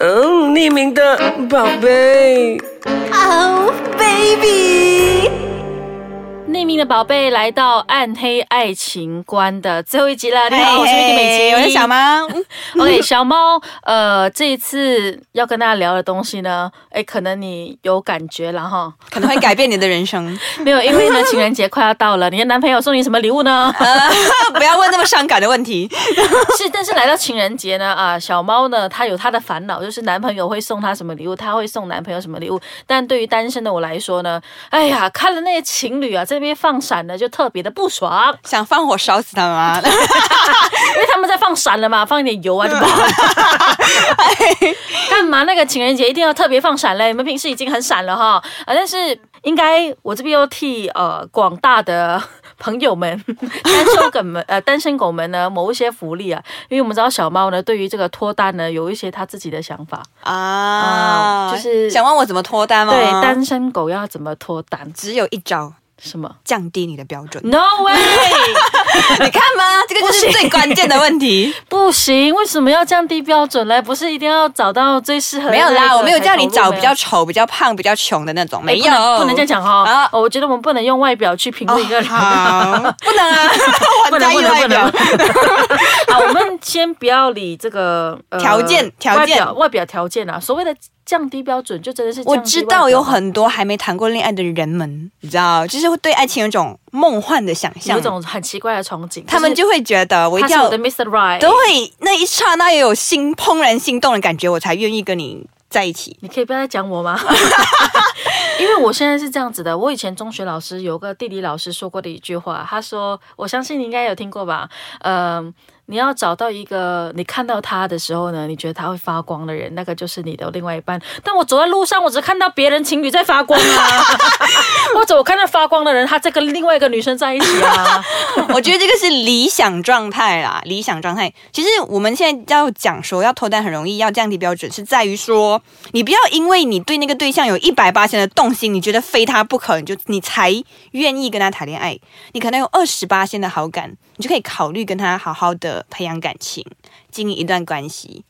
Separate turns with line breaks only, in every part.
嗯，匿名的宝贝。
Oh baby，
匿名的宝贝来到暗黑爱情观的最后一集了。你好，我是 Vicky 美琪，
我是小。猫。
OK，小猫，呃，这一次要跟大家聊的东西呢，哎，可能你有感觉了哈。
可能会改变你的人生。
没有，因为呢，情人节快要到了，你的男朋友送你什么礼物 呢？
呃，不要问那么伤感的问题。
是，但是来到情人节呢，啊，小猫呢，它有它的烦恼，就是男朋友会送她什么礼物，她会送男朋友什么礼物。但对于单身的我来说呢，哎呀，看了那些情侣啊，在那边放闪呢，就特别的不爽，
想放火烧死他们吗？
因为他们在放闪了嘛，放一点油啊就不好。 哎干嘛那个情人节一定要特别放闪嘞？你们平时已经很闪了哈，啊，但是应该我这边要替呃广大的朋友们、 单身狗们、呃单身狗们呢谋一些福利啊，因为我们知道小猫呢对于这个脱单呢有一些他自己的想法，
啊，
就是
想问我怎么脱单吗？
对单身狗要怎么脱单？
只有一招，
什么
降低你的标 准。
？No way！
你看吗？这个就是最关键的问 题。
不行，为什么要降低标准嘞？不是一定要找到最适合的
没有
那
啦，
个
我没有
才
叫你
投入
找
没
比
有
较丑、比较胖、比较穷的那种，没
哎
有，
不能不能这样讲哈、
啊
哦。我觉得我们不能用外表去评论一个人。
好，不能啊，我
不
很
能
在
不
意
能
外
不
表
能。好，啊我们先不要理这个、呃
条件条
外
件
表外表条件啊。所谓的降低标准，就真的是
我
降低
知
外表
道有
嘛
很多还没谈过恋爱的人们，你知道，就是会对爱情有一种梦幻的想
有
象
一，种很奇怪的憧憬，
他们
是
就会觉得我一
他
定
是
要
我的 Mr. Right，
对那一刹那也有心怦然心动的感觉，我才愿意跟你在一起。
你可以不要再讲我吗？ 因为我现在是这样子的，我以前中学老师有个地理老师说过的一句话，他说：“我相信你应该有听过吧？嗯、你要找到一个你看到他的时候呢，你觉得他会发光的人，那个就是你的另外一半。但我走在路上，我只看到别人情侣在发光啊， 或者我看到发光的人，他在跟另外一个女生在一起啊。
我觉得这个是理想状态啦，理想状态。其实我们现在要讲说要脱单很容易，要降低标准，是在于说你不要因为你对那个对象有一百八千的动心，你觉得非他不可，你就你才愿意跟他谈恋爱。你可能有二十八千的好感，你就可以考虑跟他好好的培养感情，经营一段关系。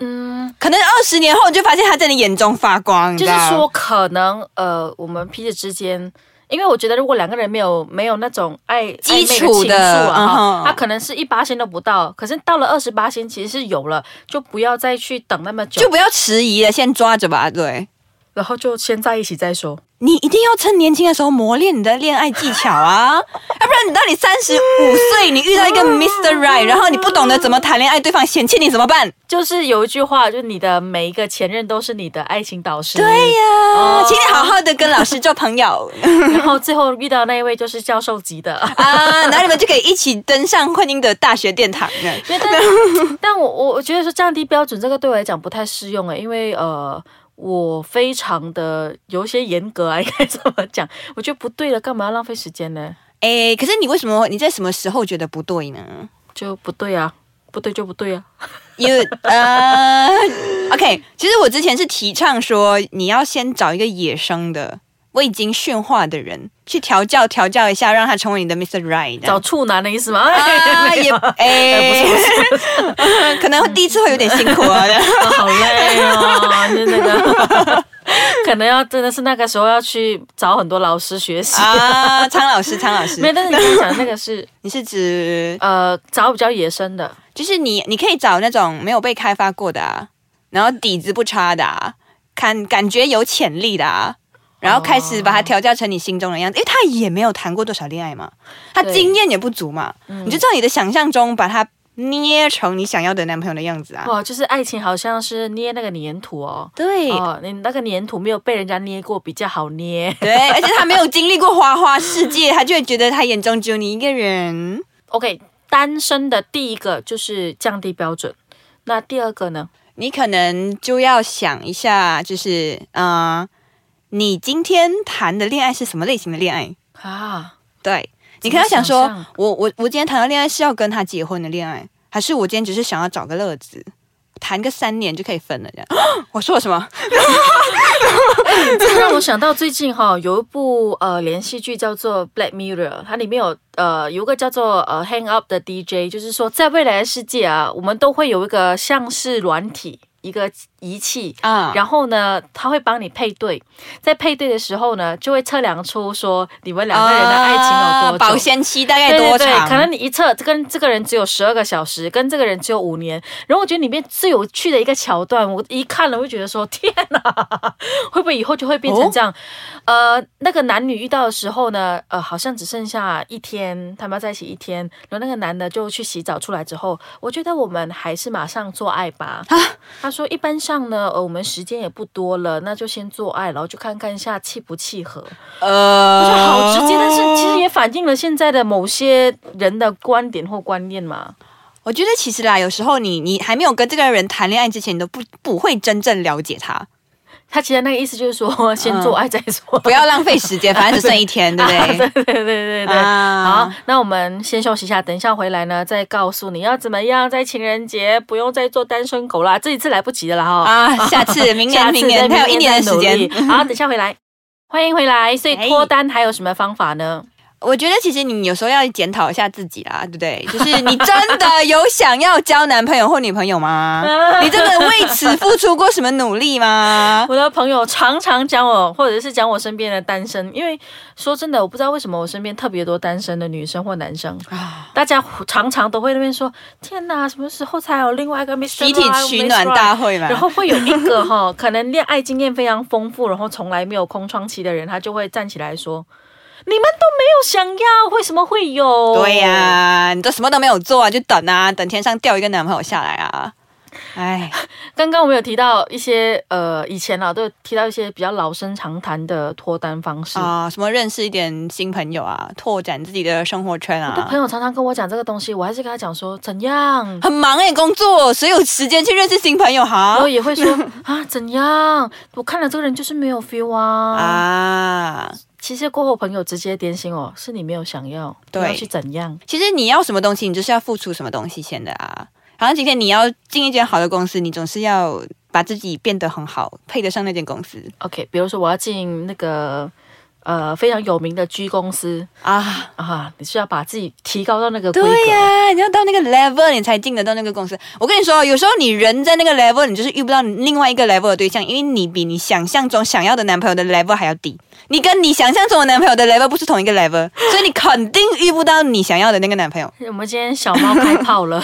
嗯，可能二十年后你就发现他在你眼中发光，你
就
知
是
道
说，可能呃，我们彼此之间，因为我觉得如果两个人没有没有那种爱
基础
暧昧情
的
愫啊，
嗯
哈
哼
他、可能是一八仙都不到，可是到了二十八仙其实是有了，就不要再去等那么久，
就不要迟疑了，先抓着吧，对。
然后就先在一起再说。
你一定要趁年轻的时候磨练你的恋爱技巧 啊，要不然你到你三十五岁，你遇到一个 Mr. Right，然后你不懂得怎么谈恋爱，对方嫌弃你怎么办？
就是有一句话，就是你的每一个前任都是你的爱情导师。
对呀、
哦
请你好好的跟老师做朋 友
然后最后遇到那一位就是教授级的。
啊，然后你们就可以一起登上婚姻的大学殿堂呢。
因为但 但我我我觉得说降低标准这个对我来讲不太适用诶，因为呃。我非常的有一些严格啊，应该怎么讲？我觉得不对了，干嘛要浪费时间呢？
哎，可是你为什么你在什么时候觉得不对呢？
就不对啊，不对就不对啊。
因为呃，OK，其实我之前是提倡说，你要先找一个野生的、未经驯化的人去调教调教一下，让他成为你的 Mr. Right 这样。
找处男的意思吗？ 哎
啊，也哎， 可能第一次会有点辛苦 啊。
啊好累哦，就那个，可能要真的是那个时候要去找很多老师学习。
啊，苍老师，苍老
没有，
师，
但是你刚才讲的那个 是
你是指
呃找比较野生的，
就是你，你可以找那种没有被开发过的啊，然后底子不差的啊，看感觉有潜力的啊。然后开始把它调教成你心中的样子，因为他也没有谈过多少恋爱嘛，他
对嗯
经验也不足嘛，你就照你的想象中把他捏成你想要的男朋友的样子啊。
哇，哦就是爱情好像是捏那个粘土哦。
对，
哦，你那个粘土没有被人家捏过，比较好捏。
对，而且他没有经历过花花世界，他就会觉得他眼中只有你一个人。
OK，单身的第一个就是降低标准，那第二个呢？
你可能就要想一下，就是呃，你今天谈的恋爱是什么类型的恋爱？
啊，
对，你可能要想说，
怎么想象
我我我今天谈的恋爱是要跟他结婚的恋爱，还是我今天只是想要找个乐子？谈个三年就可以分了，这样。 我说了什么？
这让我想到最近哈、有一部呃连续剧叫做《Black Mirror》，它里面有呃有一个叫做呃 Hang Up 的 DJ，就是说在未来的世界啊，我们都会有一个像是软体。一个仪器，
啊，
然后呢，他会帮你配对，在配对的时候呢，就会测量出说你们两个人的爱情有多久。
啊保鲜期大概
对
多
对
长？
对，可能你一测，这跟这个人只有十二个小时，跟这个人只有五年。然后我觉得里面最有趣的一个桥段，我一看了，我就觉得说天哪， 会不会以后就会变成这样？
哦
呃，那个男女遇到的时候呢，呃，好像只剩下一天，他们要在一起一天。然后那个男的就去洗澡出来之后，我觉得我们还是马上做爱吧。
啊
他说一般上呢，呃，我们时间也不多了，那就先做爱，然后就看看一下契不契合。
呃
就好直接，但是
哦
其实也反映了现在的某些人的观点或观念嘛。
我觉得其实啦，有时候你你还没有跟这个人谈恋爱之前，你都不不会真正了解 他，
他其实那个意思就是说， 先做爱再说。
不要浪费时间，反正只剩一天，嗯对不
啊对
对？
对对对对，好
啊，，
那我们先休息一下，等一下回来呢，再告诉你要怎么样在情人节不用再做单身狗啦，这一次来不及的啦哈、
啊，下次明
下
年
次
明年
再
他有一年的时
再努
间
力。好，等一下回来，欢迎回来。所以
哎
脱单还有什么方法呢？
我觉得其实你有时候要检讨一下自己啦，对不 对？就是你真的有想要交男朋友或女朋友吗？ 你真的为此付出过什么努力 吗？
我的朋友常常讲我，或者是讲我身边的单身，因为说真的，我不知道为什么我身边特别多单身的女生或男生，
啊
大家常常都会那边说：“天哪，什么时候才有另外一个 Mr.
集体
Right，
取
Miss
暖
Right？”
大会嘛。
啊然后会有一个哈、可能恋爱经验非常丰富，然后从来没有空窗期的人，他就会站起来说：“你们都没有想要，为什么会有？”
对呀、你都什么都没有做啊，就等啊，等天上掉一个男朋友下来啊。哎，
刚刚我们有提到一些呃，以前啊都有提到一些比较老生常谈的脱单方式。
啊、什么认识一点新朋友啊，拓展自己的生活圈
我的
啊
朋。友常常跟我讲这个东西，我还是跟他讲说怎样，
很忙哎、工作谁有时间去认识新朋友
然
哈
后？也会 说啊怎样，我看了这个人就是没有 feel 啊。
啊，
其实过后朋友直接点醒我，是你没有想要，
对
你要去怎样。
其实你要什么东西，你就是要付出什么东西先的啊。好像今天你要进一间好的公司，你总是要把自己变得很好，配得上那间公司
OK，比如说我要进那个呃非常有名的 G 公司
啊。
啊，你是要把自己提高到那个规格。
对呀、你要到那个 level，你才进得到那个公司。我跟你说，有时候你人在那个 level，你就是遇不到另外一个 level 的对象，因为你比你想象中想要的男朋友的 level 还要低，你跟你想象中的男朋友的 level 不是同一个 level，所以你肯定遇不到你想要的那个男朋友。
我们今天小猫开炮 了。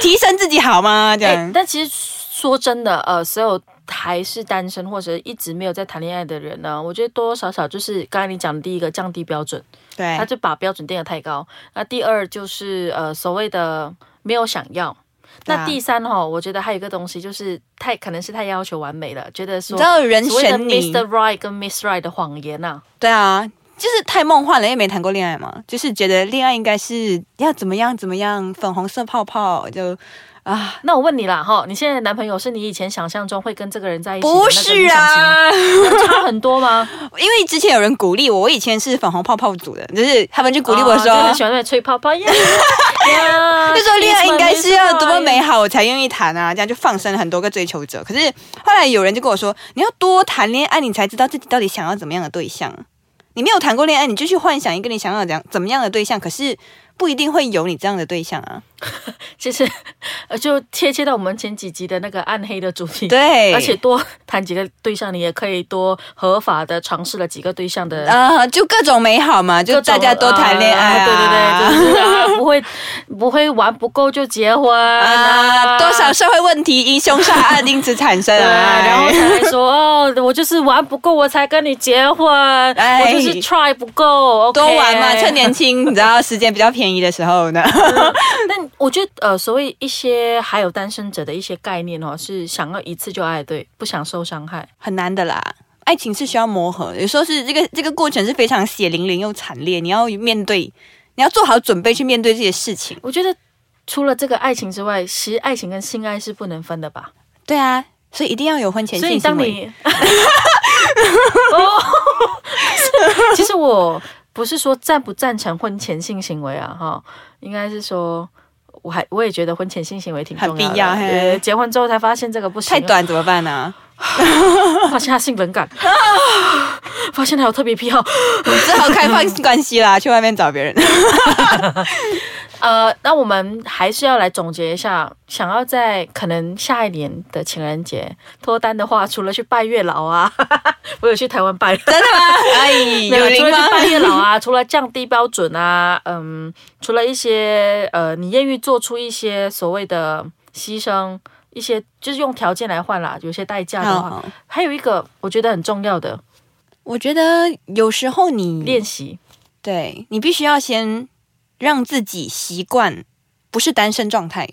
提升自己好吗？这
哎
样，
但其实说真的，呃，所有还是单身或者一直没有在谈恋爱的人呢，我觉得多多少少就是刚才你讲的第一个降低标准，
对啊
他就把标准定得太高。那第二就是呃所谓的没有想要。
对啊
那第三哈、我觉得还有一个东西就是太可能是太要求完美了，觉得
你
说
知道人
所谓的
选你
Mr. Right 跟 Miss Right 的谎言呐、
对啊，就是太梦幻了，因为没谈过恋爱嘛，就是觉得恋爱应该是要怎么样怎么样，粉红色泡泡就啊，
那我问你啦哈，你现在的男朋友是你以前想象中会跟这个人在一起的那个
不
理想
是
型吗，
啊，
那差很多吗？
因为之前有人鼓励我，我以前是粉红泡泡组的，就是他们就 鼓励我
哦
说。
就很喜欢在那里吹 泡泡耶，呀
就说恋爱应该是要多么美。
It's my
好，我才愿意谈啊，这样就放生了很多个追求者。可是后来有人就跟我说，你要多谈恋爱，你才知道自己到底想要怎么样的对象。你没有谈过恋爱，你就去幻想一个你想要怎样怎么样的对象，可是不一定会有你这样的对象啊。
Miss Right 其实呃，就贴切到我们前几集的那个暗黑的主题。。
对，
嗯而且多谈几个对象，你也可以多合法的尝试了几个对象的
啊、就各种美好嘛，就
各种
大家都谈恋爱、啊
啊对对对，就是啊，不会不会玩不够就结婚
啊，多少社会问题因凶杀案因此产生
对，
啊，
然后才会说哦，我就是玩不够，我才跟你结婚，
哎
我就是 try 不够，
多
OK
玩嘛，趁。年轻，你知道时间比较便宜的时候 呢。
但我觉得呃，所谓一些还有单身者的一些概念哦，是想要一次就爱对，不想受伤害。
很难的啦。爱情是需要磨合，有时候是这个这个过程是非常血淋淋又惨烈，你要面对，你要做好准备去面对这些事情。
我觉得除了这个爱情之外，其实爱情跟性爱是不能分的吧？
对啊，所以一定要有婚前
所以
性行
当
为。
你，哦，是 其实我不是说赞不赞成婚前性行为啊，哈，应该是说。我还我也觉得婚前性行为挺重要的，
很必要嘿
呃结婚之后才发现这个不行，啊
太，短怎么办呢、啊
发现他性冷感， 发现他有特别癖好，
只好开放关系啦，去外面找别人。
呃，那我们还是要来总结一下，想要在可能下一年的情人节脱单的话，除了去拜月老啊， 我有去台湾拜，
真的吗？哎，
没
有
除
灵
了
吗
去？拜月老啊， 除了降低标准啊，嗯，除了一些呃，你愿意做出一些所谓的牺牲，一些就是用条件来换啦，有些代价的话，
哦
还有一个我觉得很重要的
我觉得有时候你
练习，
对你必须要先让自己习惯不是单身状态。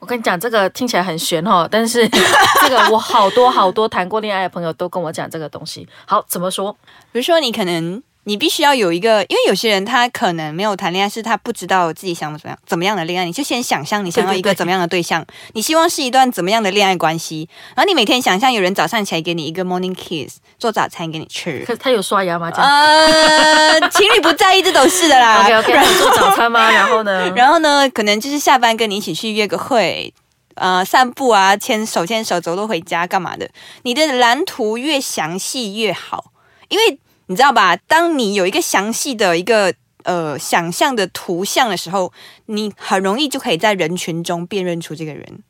我跟你讲，这个听起来很玄哦，但是这个我好多好多谈过恋爱的朋友都跟我讲这个东西。好，怎么说？
比如说，你可能你必须要有一个，因为有些人他可能没有谈恋爱，是他不知道自己想怎么样怎么样的恋爱。你就先想象你想要一
对
个
对对
怎么样的对象，你希望是一段怎么样的恋爱关系，然后你每天想象有人早上起来给你一个 morning kiss，做早餐给你吃
可。是他有刷牙吗？这 样、
呃，情侣不在意这种事的啦。
OK OK，有做早餐吗？然后呢？
啊 然后呢，可能就是下班跟你一起去约个会，呃，散步啊，牵手牵手走路回家干嘛的。你的蓝图越详细越好，因为你知道吧？当你有一个详细的一个呃想象的图像的时候，你很容易就可以在人群中辨认出这个人。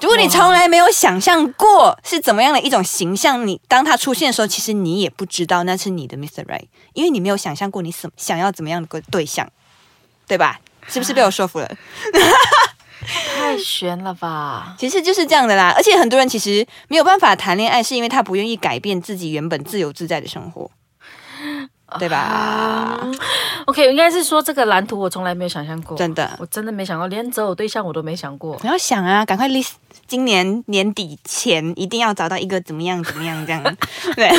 如果你从来没有想象过是怎么样的一种形象，你当他出现的时候，其实你也不知道那是你的 Mr. Right，因为你没有想象过你什想要怎么样的个对象，对吧？是不是被我说服
啊
了？
太悬了吧！
其实就是这样的啦。而且很多人其实没有办法谈恋爱，是因为他不愿意改变自己原本自由自在的生活，对
啊
吧？
OK，应该是说这个蓝图我从来没有想象过，
真的
我真的没想过，连择偶对象我都没想过。
你要想啊，赶快 list，今年年底前一定要找到一个怎么样怎么样这 样。对，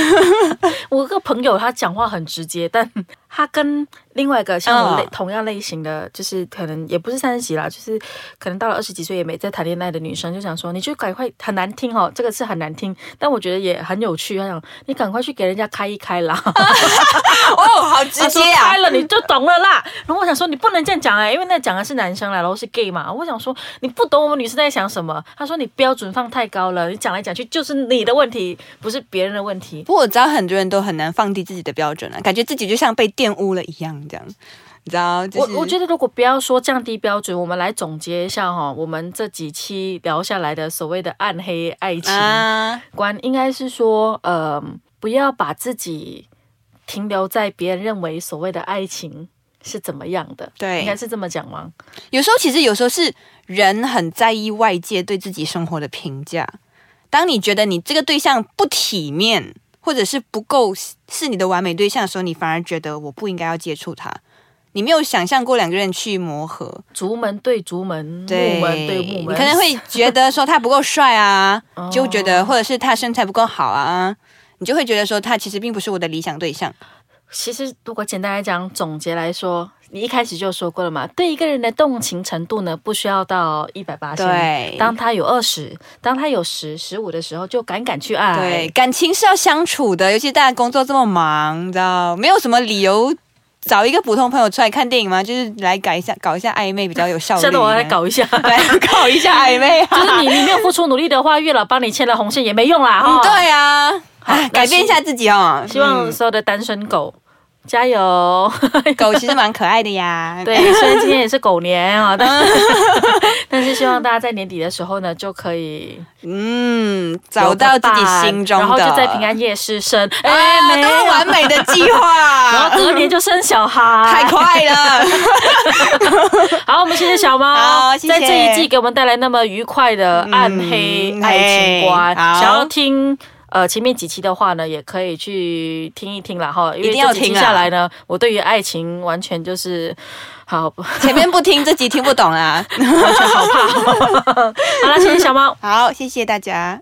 我有个朋友他讲话很直接，但 他跟另外一个像我类、
嗯
同样类型的，就是可能也不是三十几啦，就是可能到了二十几岁也没在谈恋爱的女生，就想说你就赶快很难听哦，这个是很难听，但我觉得也很有趣。他想你赶快去给人家开一开啦，
哦，好直
他说开了你就懂了啦。然后我想说你不能这样讲哎、因为那讲的是男生啦，然后是 gay 嘛。我想说你不懂我们女生在想什么。他说你标准放太高了，你讲来讲去就是你的问题，不是别人的问题。
不过我知道很多人都很难放低自己的标准啊，感觉自己就像被玷污了一样，这样，你知道？就是、
我我觉得，如果不要说降低标准，我们来总结一下哈、我们这几期聊下来的所谓的暗黑爱情
啊，
观，应该是说，呃，不要把自己停留在别人认为所谓的爱情是怎么样的，
对
应该是这么讲吗？
有时候其实有时候是人很在意外界对自己生活的评价。当你觉得你这个对象不体面，或者是不够是你的完美对象的时候，你反而觉得我不应该要接触他。你没有想象过两个人去磨合，
竹门对竹门，
对，
木门对木门，
你可能会觉得说他不够帅啊，
哦
就觉得或者是他身材不够好啊，你就会觉得说他其实并不是我的理想对象。
其实，如果简单来讲，总结来说，你一开始就说过了嘛，对一个人的动情程度呢，不需要到一百八十。
对
当他有二十，当他有十、十五的时候，就敢敢去爱。
对，，感情是要相处的，尤其大家工作这么忙，你知道，没有什么理由找一个普通朋友出来看电影吗？就是来搞一下搞一下暧昧比较有效率。
下次我来，搞一下。
来搞一下暧昧、啊。
就是你，你没有付出努力的话，月老帮你牵了红线也没用啦。
嗯
哈、，
对啊，
好
哎改变一下自己哦。
希望所有的单身狗加油。
嗯狗其实蛮可爱的呀。
对，虽然今天也是狗年啊，但 但是希望大家在年底的时候呢，就可以
嗯，找到自己心中的，
然后就在平安夜试 生，哎、
啊，
没有
多么完美的计
然
划
后，隔年就生小
太
孩。
快 了。
好，我们谢谢小猫，
好谢谢
在这一季给我们带来那么愉快的暗黑
嗯
爱情观。
嘿好
想要听。呃，前面几期的话呢，也可以去听一听啦哈，因为
一定要
这几期
听啊
下来呢，我对于爱情完全就是好 完
前面不听，这集听不懂啦。啊
全好怕。好啦，谢谢小猫。
好，谢谢大家。